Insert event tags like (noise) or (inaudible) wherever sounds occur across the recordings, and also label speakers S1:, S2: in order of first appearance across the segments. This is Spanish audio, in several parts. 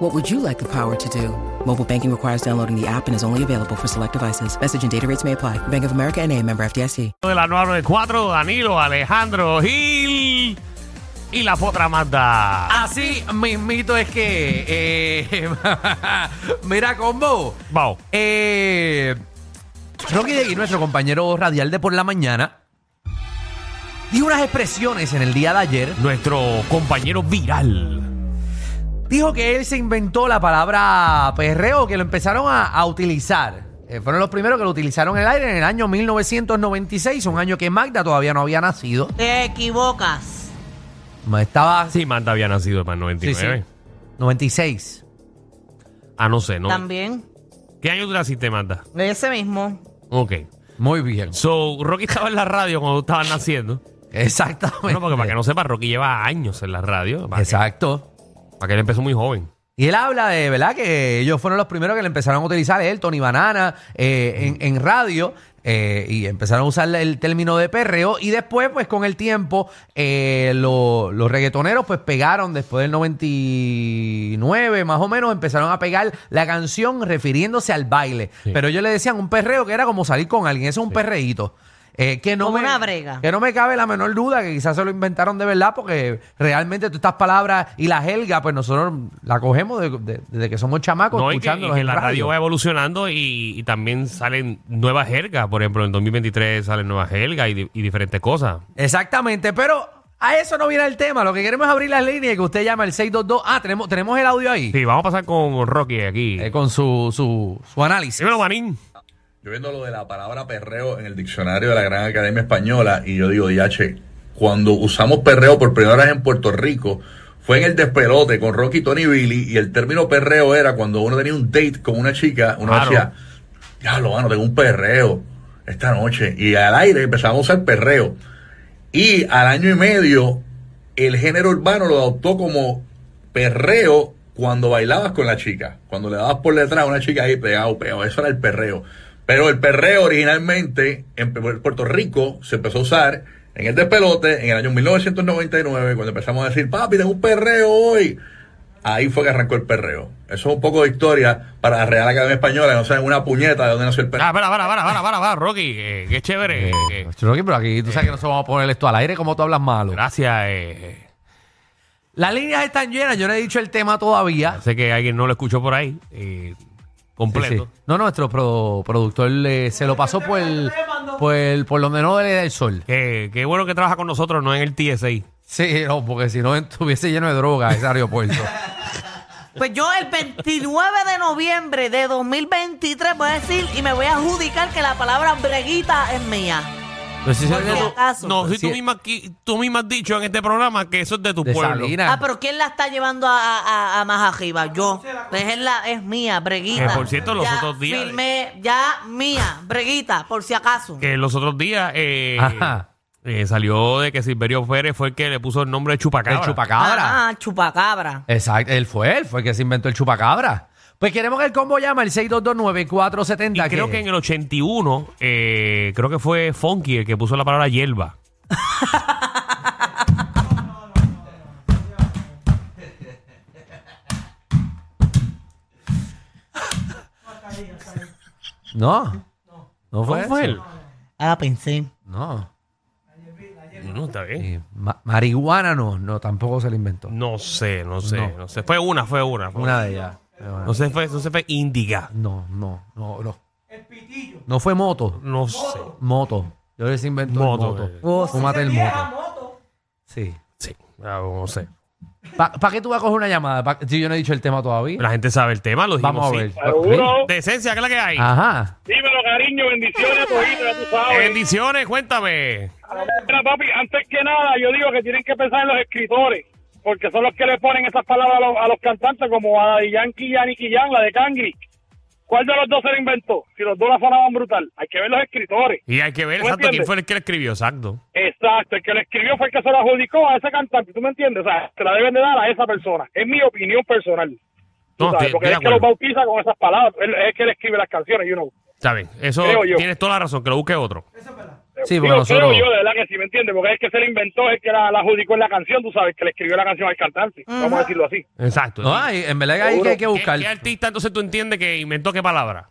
S1: What would you like the power to do? Mobile banking requires downloading the app and is only available for select devices. Message and data rates may apply. Bank of America and a member FDIC.
S2: de la 994, Danilo, Alejandro Gil y la potra Magda.
S3: Así Ah, mismito es que. eh, (laughs) mira, combo.
S2: Vamos.
S3: Eh, Rocky de Gui, nuestro compañero radial de por la mañana, dijo unas expresiones en el día de ayer.
S2: Nuestro compañero viral.
S3: Dijo que él se inventó la palabra perreo, que lo empezaron a, a utilizar. Eh, fueron los primeros que lo utilizaron en el aire en el año 1996, un año que Magda todavía no había nacido.
S4: Te equivocas.
S3: Estaba.
S2: Sí, Magda había nacido para el
S3: sí, sí,
S2: 99.
S3: 96.
S2: Ah, no sé, ¿no?
S4: También.
S2: ¿Qué año tú naciste, Magda?
S4: Ese mismo.
S2: Ok.
S3: Muy bien.
S2: So, Rocky estaba en la radio cuando estaban
S3: (laughs)
S2: naciendo.
S3: Exactamente.
S2: Bueno, porque para que no sepa, Rocky lleva años en la radio. Para que-
S3: Exacto.
S2: para que él empezó muy joven.
S3: Y él habla de, ¿verdad? Que ellos fueron los primeros que le empezaron a utilizar él, Tony Banana, eh, en, en radio. eh, y empezaron a usar el término de perreo. Y después, pues con el tiempo, eh, lo- los reggaetoneros, pues pegaron después del 99, más o menos, empezaron a pegar la canción refiriéndose al baile.
S2: Sí.
S3: Pero ellos le decían un perreo que era como salir con alguien. Eso es un perreíto. Eh, que no
S4: Como
S3: me-
S4: una brega.
S3: que no me cabe la menor duda que quizás se lo inventaron de verdad, porque realmente todas estas palabras y la helga, pues nosotros la cogemos de- de- desde que somos chamacos
S2: No, y que, y
S3: escuchándolos
S2: que
S3: en
S2: la radio
S3: radio.
S2: va evolucionando y, y también salen nuevas jergas. Por ejemplo, en 2023 salen nuevas jergas y, di- y diferentes cosas.
S3: Exactamente, pero a eso no viene el tema. Lo que queremos es abrir las líneas y que usted llame al 622. Ah, tenemos, tenemos el audio ahí.
S2: Sí, vamos a pasar con Rocky aquí.
S3: Eh, con su, su, su análisis.
S2: Dímelo, Manín.
S5: Yo viendo lo de la palabra perreo en el diccionario de la Gran Academia Española y yo digo, diache, cuando usamos perreo por primera vez en Puerto Rico fue en el despelote con Rocky, Tony, Billy y el término perreo era cuando uno tenía un date con una chica, uno
S2: Claro.
S5: decía, ya lo mano, tengo un perreo esta noche y al aire empezamos a usar perreo y al año y medio el género urbano lo adoptó como perreo cuando bailabas con la chica. Cuando le dabas por detrás a una chica ahí pegado, pegado. Eso era el perreo. Pero el perreo originalmente en P- Puerto Rico se empezó a usar en el despelote en el año 1999 cuando empezamos a decir, papi, tengo un perreo hoy. Ahí fue que arrancó el perreo. Eso es un poco de historia para la Real Academia Española, que no saben una puñeta de dónde nació el perreo.
S2: Ah, espera, espera, espera, espera, espera, espera, Rocky. eh, qué chévere. eh,
S3: Eh,
S2: eh,
S3: Rocky, pero aquí tú sabes que no se vamos a poner esto al aire como tú hablas malo.
S2: gracias. eh,
S3: Las líneas están llenas, yo no he dicho el tema todavía.
S2: sé que alguien no lo escuchó por ahí. eh,
S3: Sí,
S2: completo.
S3: sí. No, nuestro pro- productor eh, se lo pasó por, el, por, el- por donde no le da el sol.
S2: Eh, Qué, qué bueno que trabaja con nosotros, no en el TSI.
S3: Sí, no, porque si no estuviese lleno de droga
S4: (laughs)
S3: ese aeropuerto.
S4: Pues yo el 29 de noviembre de 2023 voy a decir y me voy a adjudicar que la palabra breguita es mía.
S3: Pero si
S4: Por
S3: eso es
S4: si
S3: de-
S4: acaso.
S2: No, si
S3: sí.
S2: tú misma, aquí- tú misma has dicho en este programa que eso es de tu
S3: de
S2: pueblo.
S3: Salinas.
S4: Ah, pero ¿quién la está llevando a, a- a- a más arriba? Yo. Déjenla, es mía, breguita.
S2: Que, por cierto, los
S4: Ya
S2: otros días-
S4: firmé, ya mía, breguita, por si acaso.
S2: Que los otros días eh,
S3: Ajá.
S2: eh, salió de que Silverio Pérez fue el que le puso el nombre de Chupacabra.
S3: el chupacabra.
S4: Ah, chupacabra.
S3: Exacto, él fue, él fue el que se inventó el chupacabra. Pues queremos que el combo llame al 6229470.
S2: Y creo que en el 81, eh, creo que fue Funky el que puso la palabra hierba.
S3: No. No fue,
S2: ¿Cómo fue
S3: eso.
S2: él?
S4: Ah, pensé.
S3: No.
S2: No, está bien.
S3: Eh, ma- marihuana no, no, tampoco se lo inventó.
S2: No sé, no sé, no,
S3: No.
S2: sé. Fue una, fue una. fue
S3: Una de ellas.
S2: una. No sé, fue, no sé, fue Indiga.
S3: No, no, no, no. No fue moto.
S2: No sé.
S3: Moto. Yo les invento
S2: Moto,
S3: el
S2: eh.
S3: moto. Fúmate el moto. Sí.
S2: Sí, ah, no sé.
S3: ¿Para qué tú vas a coger una llamada? Pa- si yo no he dicho el tema todavía.
S2: La gente sabe el tema, lo dijimos.
S3: Vamos a
S2: sí.
S3: ver. Ah.
S6: Seguro.
S2: Decencia, ¿qué es la que hay?
S3: Ajá.
S6: Dímelo, cariño, bendiciones, poquito, ya tú sabes.
S2: Bendiciones, cuéntame.
S6: Mira, papi, antes que nada, yo digo que tienen que pensar en los escritores, porque son los que le ponen esas palabras a los, a los cantantes, como a Daddy Yankee y a Nicky Jam, la de Kangri. ¿Cuál de los dos se lo inventó? Si los dos la sonaban brutal. Hay que ver los escritores.
S2: Y hay que ver
S6: ¿Tú
S2: exacto quién
S6: entiendes?
S2: fue el que la escribió, exacto.
S6: Exacto, el que lo escribió fue el que se lo adjudicó a ese cantante, ¿tú me entiendes? O sea, se la deben de dar a esa persona. Es mi opinión personal. Tú
S2: No,
S6: sabes,
S2: estoy-
S6: porque
S2: estoy
S6: él
S2: de
S6: es que los
S2: acuerdo.
S6: bautiza con esas palabras. Él- es que él escribe las canciones, you know.
S2: Está bien, eso
S6: Creo yo.
S2: tienes toda la razón, que lo busque otro.
S3: Sí, porque
S6: Digo,
S3: nosotros.
S6: creo yo, de verdad que sí, ¿me entiendes? Porque es que se le inventó, es que la, la adjudicó en la canción, tú sabes, que le escribió la canción al cantante. Vamos a decirlo así.
S2: Exacto.
S3: No,
S2: ¿Y
S3: hay- en verdad que hay que, hay que
S2: ¿Qué,
S3: buscar.
S2: qué artista entonces tú entiendes que inventó qué palabra?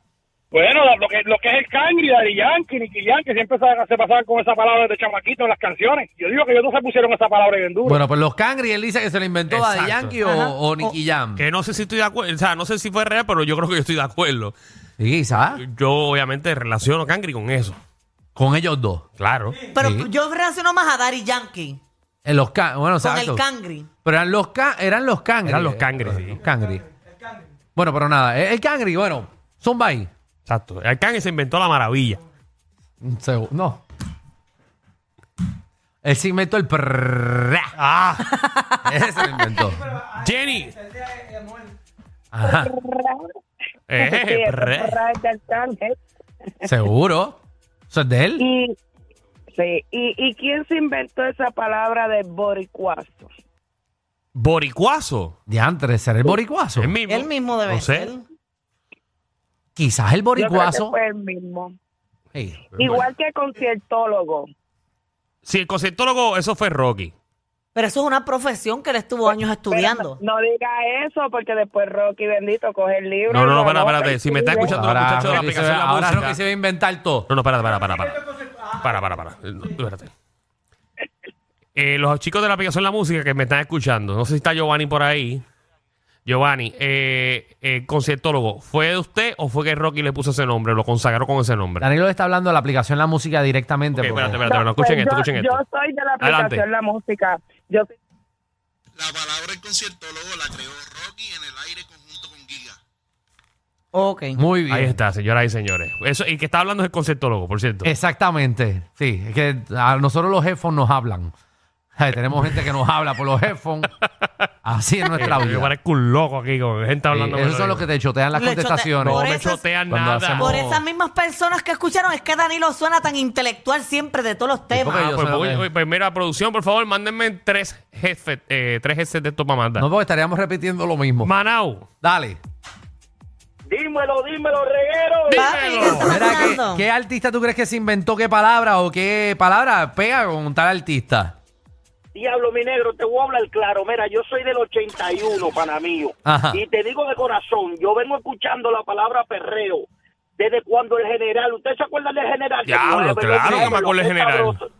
S6: Bueno, lo- lo que, lo que es el Kangri, Daddy Yankee, Nicky Yankee, siempre se, se pasaban con esa palabra de chamaquito en las canciones. Yo digo que ellos no se pusieron esa palabra bien dura.
S3: Bueno, pues los Cangri, él dice que se lo inventó Daddy
S2: Exacto.
S3: Yankee o,
S4: Ajá.
S3: o Nicky Jam.
S2: Que no sé si estoy de acuerdo, o sea, no sé si fue real, pero yo creo que yo estoy de acuerdo.
S3: Y quizás
S2: Yo obviamente relaciono Cangri con eso,
S3: con ellos dos.
S2: claro.
S4: Pero
S3: Sí.
S4: yo relaciono más a Daddy Yankee
S3: En Eh, los can- bueno,
S4: con
S3: exacto.
S4: el Cangri.
S3: Pero eran los, ca- eran los Cangri.
S2: Eran los Cangri, sí.
S3: Los Cangri. Bueno, pero nada. eh, El, el Cangri, bueno, zumba ahí.
S2: Exacto. El Cangri se inventó la maravilla.
S3: Se- No. Él se inventó el prrrra.
S2: Ah,
S3: (laughs) Ese lo inventó.
S7: (laughs)
S2: Jenny.
S3: Ajá,
S2: Eh, pre-
S3: seguro. Eso es de él.
S7: Y, sí, y, ¿Y quién se inventó esa palabra de boricuazo?
S2: Boricuazo.
S3: Diantre, ser el boricuazo.
S2: El mismo.
S4: Él mismo debe
S2: No sé.
S4: ser.
S3: Quizás el
S7: Yo creo que
S3: boricuazo.
S7: fue el mismo.
S3: Sí.
S2: Pues
S7: Igual que conciertólogo.
S2: Si el conciertólogo, eso fue Rocky.
S4: Pero eso es una profesión que él estuvo años estudiando.
S7: Pues, Pero No, no diga eso porque después Rocky bendito coge el libro.
S2: No, no, no,
S7: lo
S2: espérate,
S7: anota
S2: espérate.
S7: y
S2: Si me está
S7: sigue.
S2: escuchando- los muchachos de la
S3: Rocky se
S2: aplicación
S3: va-
S2: La
S3: ahora
S2: Música.
S3: Rocky se va a inventar todo.
S2: No, no, para, para, para, para.
S7: Ah.
S2: Para, para, para. Eh, no, espérate. Eh, los chicos de la aplicación La Música que me están escuchando, no sé si está Giovanni por ahí. Giovanni, eh, eh, conciertólogo, ¿fue de usted o fue que Rocky le puso ese nombre? ¿Lo consagró con ese nombre?
S3: Danilo está hablando de la aplicación La Música directamente.
S2: Ok,
S3: porque-
S2: espérate, espérate, espérate, escuchen
S7: Pues
S2: esto,
S7: yo,
S2: escuchen esto.
S7: Yo soy de la aplicación
S2: Adelante.
S7: La Música. Yo soy
S8: La palabra el conciertólogo la creó Rocky en el aire conjunto con Giga.
S4: Ok.
S3: Muy bien.
S2: Ahí está, señoras y señores. Eso, y que está hablando es el conciertólogo, por cierto.
S3: Exactamente. Sí, es que a nosotros los headphones nos hablan. (laughs) Ay, Tenemos gente que nos habla por los headphones. Así es nuestra
S2: Eh, (laughs) Yo
S3: vida.
S2: parezco un loco aquí con gente hablando.
S3: Eh, esos son los que te chotean las
S4: Le chotea-
S3: contestaciones.
S2: No
S4: Por
S2: me
S4: esas-
S2: chotean
S3: Cuando
S2: nada.
S3: hacemos-
S4: Por
S3: no.
S4: esas mismas personas que escucharon, es que Danilo suena tan intelectual siempre de todos los temas.
S3: porque
S2: Ah,
S3: yo
S2: pues
S3: sé lo
S2: voy-
S3: que-
S2: voy- pues mira, producción, por favor, mándenme tres jefes, eh, tres jefes de estos para mandar.
S3: No, porque estaríamos repitiendo lo mismo.
S2: Manau.
S3: Dale.
S6: Dímelo, dímelo, reguero.
S4: Papi, ¿qué está
S3: Mira, ¿qué,
S4: pasando?
S3: qué artista tú crees que se inventó qué palabra o qué palabra pega con tal artista?
S9: Diablo, mi negro, te voy a hablar claro. Mira, yo soy del 81, pana mío.
S3: Ajá.
S9: Y te digo de corazón, yo vengo escuchando la palabra perreo desde cuando el general, ¿usted se acuerda del general?
S2: Diablo,
S9: Que
S2: claro
S9: diablo,
S2: que me acuerdo del
S9: qué
S2: general.
S9: sabroso.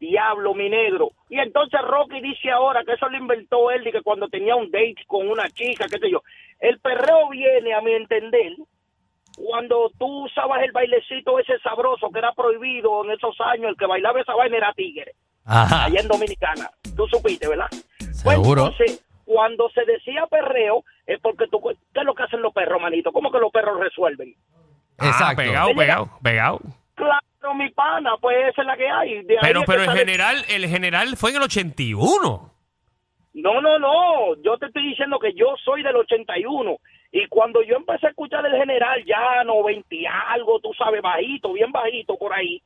S9: Diablo, mi negro. Y entonces Rocky dice ahora que eso lo inventó él y que cuando tenía un date con una chica, qué sé yo. El perreo viene, a mi entender, cuando tú usabas el bailecito ese sabroso que era prohibido en esos años, el que bailaba esa vaina era tigre
S3: Ajá.
S9: allá en Dominicana. Tú supiste, ¿verdad?
S3: Seguro.
S9: Pues, entonces, cuando se decía perreo, es porque tú... ¿Qué es lo que hacen los perros, manito? ¿Cómo que los perros resuelven?
S2: Ah,
S3: Exacto.
S2: pegado, pegado, pegado.
S9: Claro, mi pana, pues esa es la que hay. De ahí
S2: Pero,
S9: es que
S2: pero el
S9: sale-
S2: general, el general fue en el 81.
S9: No, no, no. Yo te estoy diciendo que yo soy del 81. Y cuando yo empecé a escuchar del general, ya 90 y algo, tú sabes, bajito, bien bajito por ahí.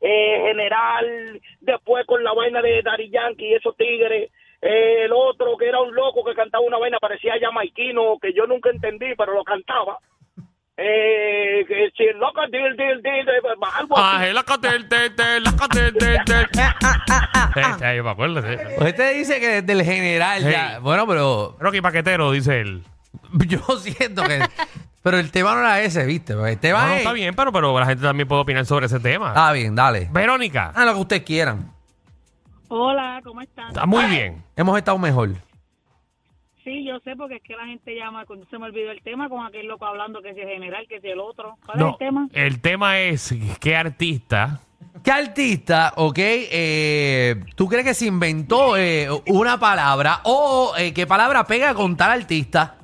S9: Eh, general, después con la vaina de Dari Yankee y esos tigres. Eh, el otro que era un loco que cantaba una vaina, parecía jamaiquino, que yo nunca entendí, pero lo cantaba. Eh, que si el loco, dil, dil, dil, eh, algo así.
S2: Ah, el acatel, tel, tel, acatel, tel, tel. Eh, Sí, sí, yo me acuerdo, sí.
S3: Usted dice que desde el general
S2: Sí.
S3: ya. Bueno, pero (laughs)
S2: Rocky Paquetero, dice él.
S3: yo siento que. pero el tema no era ese, ¿viste? Porque El tema
S2: No, no,
S3: es-
S2: está bien, pero, pero la gente también puede opinar sobre ese tema.
S3: Está bien, dale.
S2: Verónica,
S3: Hagan lo que ustedes quieran.
S10: Hola, ¿cómo están?
S2: está muy bien.
S3: Hemos estado mejor.
S10: Sí, yo sé porque es que la gente llama, cuando se me olvidó el tema, con aquel loco hablando que si es general, que si el otro. ¿Cuál es el tema?
S2: el tema es qué artista
S3: ¿Qué artista, ok, eh, tú crees que se inventó eh, una palabra o eh, qué palabra pega con tal artista?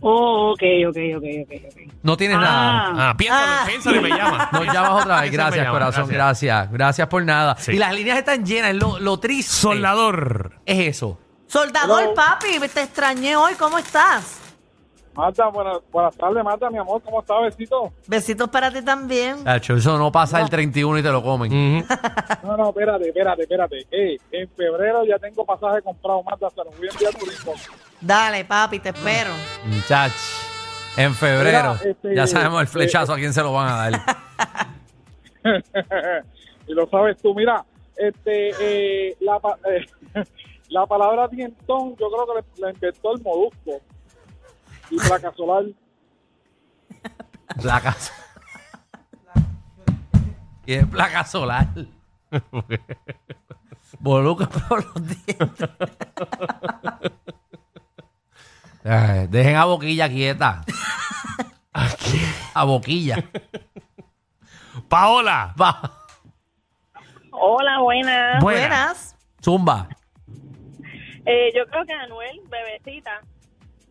S10: Oh, ok, ok, ok, ok. ok.
S3: No tienes
S10: Ah.
S3: nada.
S2: Ah, piénsalo,
S4: Ah.
S2: piénsalo y me
S3: (laughs)
S2: llama.
S3: Nos llamas otra vez.
S2: Piénsalo y me
S3: Gracias,
S2: llama.
S3: corazón. Gracias. Gracias, por nada.
S2: Sí.
S3: Y las líneas están llenas. es Lo, lo triste
S2: Soldador.
S3: es eso.
S4: Soldador, papi, te extrañé hoy, ¿cómo estás?
S6: Marta, buenas, buenas tardes, Marta, mi amor, ¿cómo estás,
S7: (laughs)
S6: besito?
S4: Besitos para ti también.
S3: Tacho, eso no pasa el 31 y te lo comen.
S6: No, no, espérate, espérate, espérate. Ey, en febrero ya tengo pasaje comprado, Marta, se los voy a enviar por inbox.
S4: Dale, papi, te espero.
S3: Chach, en febrero.
S6: Mira, este,
S3: ya sabemos el
S6: eh,
S3: flechazo a quién se lo van a dar. (laughs)
S6: (laughs) y lo sabes tú, mira, este, eh, la, pa- (laughs) eh, la palabra dientón yo creo que la inventó el molusco y placa solar.
S3: La casa. y es placa (laughs) solar. Boluca por los dientes. (laughs) Ay, dejen a boquilla quieta. A boquilla.
S2: Paola.
S3: Va.
S11: Hola, buenas.
S4: Buenas.
S3: Zumba.
S11: Eh, yo creo que Anuel, bebecita.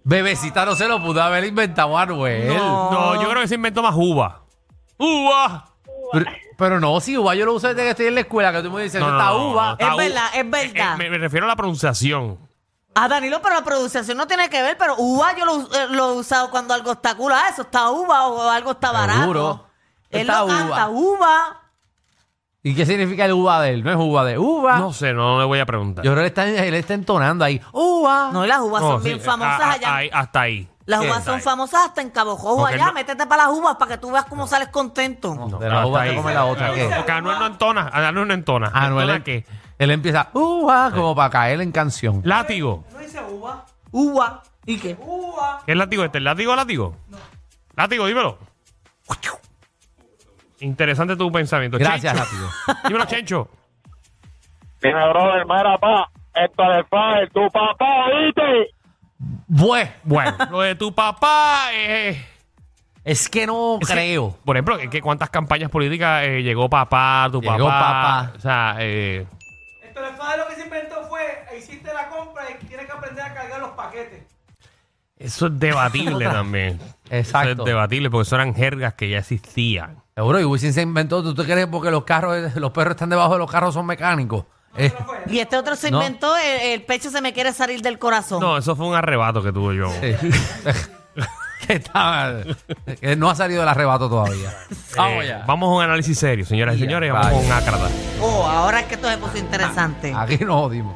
S3: Bebecita no se lo pudo haber inventado Anuel.
S2: No, yo creo que se inventó más uva. ¡Uva!
S3: Pero, pero no, si uva yo lo uso desde que estoy en la escuela, que tú me dices,
S2: No, no,
S3: esta
S2: no, no,
S3: uva.
S2: no, está
S4: Es
S2: u-
S4: verdad, es verdad.
S2: Eh, me, me refiero a la pronunciación.
S4: Ah, Danilo, pero la pronunciación no tiene que ver, pero uva yo lo, eh, lo he usado cuando algo está cool. Ah, eso está uva o algo está barato.
S3: Seguro.
S4: Él
S3: Está
S4: lo canta,
S3: uva.
S4: uva.
S3: ¿Y qué significa el uva de él? No es uva de
S4: Ah.
S3: uva.
S2: No sé, no le voy a preguntar.
S3: Yo creo que él está, él está entonando ahí. ¡Uva!
S4: No, y las uvas
S2: No,
S4: son
S2: sí,
S4: bien
S2: eh,
S4: famosas
S2: ah, ah,
S4: allá.
S2: ahí, hasta ahí.
S4: las
S2: Sí,
S4: uvas
S2: hasta
S4: son
S2: ahí.
S4: famosas hasta en Cabo Rojo
S2: Porque
S4: allá.
S2: no-
S4: Métete para las uvas para que tú veas cómo sales contento.
S3: No, de
S2: No,
S3: la
S2: hasta
S3: uva
S2: ahí.
S3: te come la otra. ¿qué?
S2: Porque Anuel no entona. Anuel no entona. ¿Entona
S3: Anuel,
S2: qué?
S3: él empieza uva como para caer en canción.
S2: Látigo.
S4: Uva. ¿Y qué?
S2: ¿Qué es látigo este? ¿El látigo o látigo? No. Látigo, dímelo. Interesante tu pensamiento.
S3: Gracias,
S2: Chencho.
S3: rápido.
S2: Dímelo, Chencho.
S6: Mira, brother, mira, pa, esto es fire, tu papá, ¿viste?
S3: Bueno,
S2: Bueno, lo de tu papá eh,
S3: es que no
S2: es que,
S3: creo.
S2: por ejemplo, que, que cuántas campañas políticas eh, llegó papá, tu
S3: Llegó
S2: papá.
S3: papá.
S2: O sea, eh,
S12: Esto el padre lo que se inventó fue, hiciste la compra y tienes que aprender a cargar los paquetes.
S2: eso es
S3: (laughs)
S2: debatible también. Eso
S3: Exacto.
S2: es debatible porque eso eran jergas que ya existían.
S3: Seguro, y Wisin se inventó, ¿tú, tú crees porque los carros, los perros están debajo de los carros son mecánicos? Eh,
S4: Y este otro se
S3: No.
S4: inventó, el, el pecho se me quiere salir del corazón.
S2: No, eso fue un arrebato que tuve yo. Eh,
S3: sí. (laughs) que, está- que no ha salido el arrebato todavía. Vamos
S2: Eh,
S3: allá.
S2: vamos a un análisis serio, señoras y
S3: Ya,
S2: señores. Vamos a un ácrata.
S4: Oh, ahora es que esto se puso interesante.
S3: Aquí nos jodimos.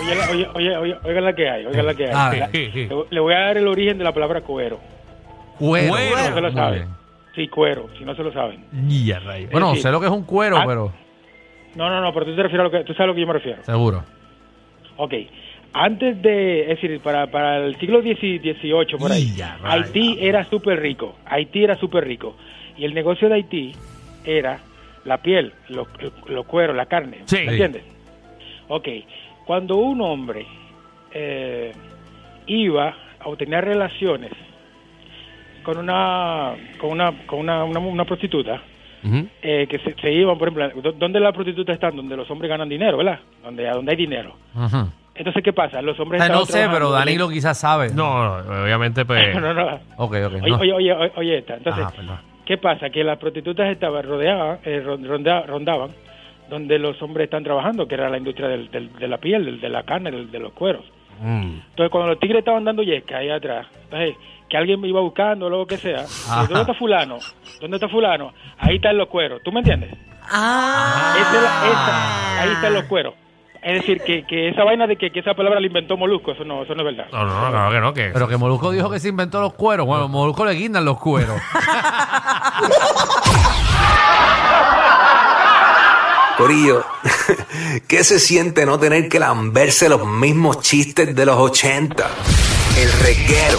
S6: Oye, oye, oye, oye, oiga la que hay, oiga la que hay.
S3: A ver.
S6: Ah, La- le- le voy a dar el origen de la palabra cuero.
S3: Cuero.
S2: Cuero.
S6: No se lo
S3: Muy
S6: saben.
S3: bien.
S6: Sí, cuero, si no se lo saben.
S2: (laughs) Ya, rayo.
S3: Bueno,
S6: Sí.
S3: sé lo que es un cuero,
S6: Ah.
S3: pero
S6: No, no, no, pero tú te refieres a lo que, tú sabes a lo que yo me refiero.
S3: seguro.
S6: Ok. Antes de, es decir, para, para el siglo XVIII, por ahí,
S2: Ya, vaya.
S6: Haití era súper rico. Haití era súper rico. Y el negocio de Haití era la piel, los, los cueros, la carne.
S2: Sí.
S6: ¿Me entiendes? Ok. Cuando un hombre eh, iba a obtener relaciones con una, con una, con una, una, una prostituta,
S2: Ujú.
S6: eh, que se, se iban, por ejemplo, ¿dó- ¿dónde las prostitutas están? Donde los hombres ganan dinero, ¿verdad? Donde, a donde hay dinero.
S3: Ujú.
S6: Entonces, ¿qué pasa? Los hombres...
S3: Eh, no
S6: estaban
S3: sé, pero
S6: trabajando-
S3: Danilo quizás sabe.
S2: No, no, obviamente,
S6: (laughs)
S2: pues.
S6: No, no, no.
S3: Ok, ok.
S6: Oye,
S3: Pues no.
S6: oye, oye, oye, oye, esta. Entonces,
S3: Ajá, perdón.
S6: ¿qué pasa? Que las prostitutas estaban rodeadas, eh, ron- ronda- rondaban donde los hombres están trabajando, que era la industria del- del- de la piel, del- de la carne, del- de los cueros.
S2: Mm.
S6: Entonces, cuando los tigres estaban dando yesca ahí atrás, entonces, que alguien me iba buscando o lo que sea,
S3: Ajá.
S6: ¿dónde está fulano? ¿Dónde está fulano? Ahí están los cueros, ¿tú me entiendes?
S4: Ah.
S6: Esa es la- esa, ahí están los cueros. Es decir, que, que esa vaina de que, que esa palabra la inventó Molusco, eso no, eso no es verdad.
S2: No, no, no, claro que no. Que
S3: Pero que Molusco dijo que se inventó los cueros. Bueno, Molusco le guindan los cueros.
S13: Corillo, (laughs) ¿qué se siente no tener que lamberse los mismos chistes de los 80? El reguero